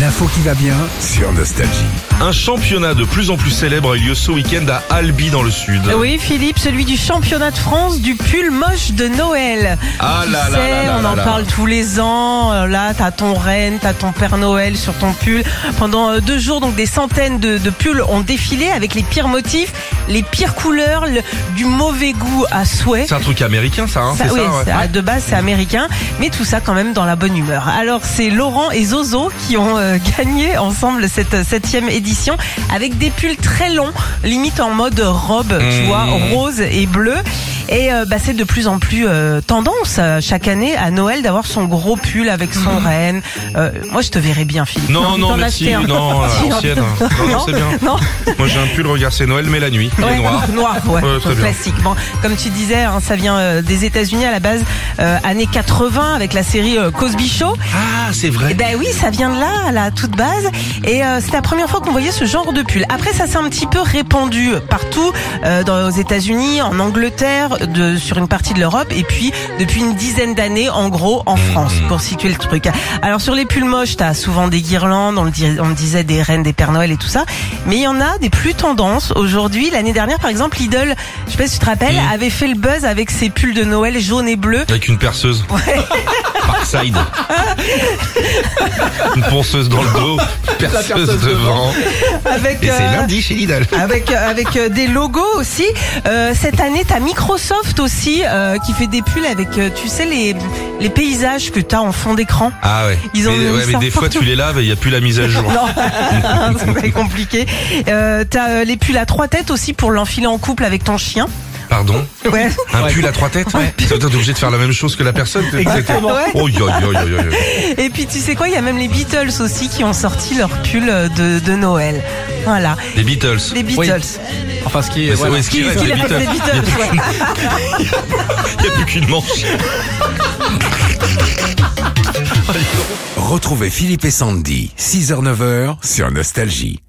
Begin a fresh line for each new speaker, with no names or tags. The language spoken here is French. L'info qui va bien sur Nostalgie.
Un championnat de plus en plus célèbre a eu lieu ce week-end à Albi dans le sud.
Oui, Philippe, celui du championnat de France du pull moche de Noël.
Ah
Tu
là là
sais,
là là
on
là
en
là.
parle tous les ans. Euh, Là, t'as ton reine, t'as ton Père Noël sur ton pull. Pendant euh, deux jours, donc des centaines de, de pulls ont défilé avec les pires motifs, les pires couleurs, le- du mauvais goût à souhait.
C'est un truc américain ça, hein,
Ça,
c'est
Bah oui,
ça ouais.
c'est- à- de base c'est américain, mais tout ça quand même dans la bonne humeur. Alors c'est Laurent et Zozo qui ont euh, gagné ensemble cette euh, septième édition avec des pulls très longs, limite en mode robe, tu
Mmh.
vois, rose et bleu. Et euh, bah, c'est de plus en plus euh, tendance euh, chaque année à Noël d'avoir son gros pull avec son renne. Euh, moi je te verrais bien Philippe. J'ai
Mmh. Non,
envie
non,
d'en
merci,
acheter un.
non, à
J'ai envie
l'ancienne.
d'en-
Non, non, c'est bien.
Non,
Moi j'ai un pull, regarde, c'est Noël, mais la nuit, il est
Ouais,
noir.
ouais,
Ouais, très bien.
classique. Bon, comme tu disais, hein, ça vient euh, des États-Unis à la base, euh, années 80 avec la série euh, Cosby Show.
Ah, c'est
Et
vrai.
ben oui, ça vient de là, à la toute base. Et euh, c'est la première fois qu'on voyait ce genre de pull. Après, ça s'est un petit peu répandu partout, euh, dans, aux États-Unis, en Angleterre, de, sur une partie de l'Europe, et puis depuis une dizaine d'années, en gros,
Mhm.
en France, pour situer le truc. Alors sur les pulls moches, t'as souvent des guirlandes, on le, dis- on le disait, des reines, des Pères Noël et tout ça. Mais il y en a des plus tendances. Aujourd'hui, l'année dernière, par exemple, Lidl, je sais pas si tu te rappelles,
Mm.
avait fait le buzz avec ses pulls de Noël jaunes et bleus.
Avec une perceuse. Parkside. une ponceuse dans le dos, perceuse, devant.
Avec,
Et c'est
euh,
lundi chez Lidl.
avec euh, avec euh, des logos aussi. Euh, cette année, t'as Microsoft aussi euh, qui fait des pulls avec, euh, tu sais, les les paysages que t'as en fond d'écran.
Ah ouais.
Ils ont
mais,
mis
ouais, mais
ça
des fois
partout.
tu les laves et il n'y a plus la mise à jour.
Non, ça va être Ah, compliqué. Euh, t'as euh, les pulls à trois têtes aussi pour l'enfiler en couple avec ton chien.
Pardon
Ouais.
Un pull à trois têtes T'es t'es obligé de faire la même chose que la personne
Exactement. Ouais.
Oh, yo, yo, yo, yo, yo.
Et puis tu sais quoi, il y a même les Beatles aussi qui ont sorti leur pull euh, de, de Noël. Voilà,
Les Beatles.
les
Oui.
Beatles.
Enfin, ce qui
Mais
est.
c'est- ouais, ce qui
Qui-
reste,
qui
les
l'a fait,
Beatles.
les Beatles, ouais.
Il n'y a plus qu'une manche.
Retrouvez Philippe et Sandy, 6h-9h sur Nostalgie.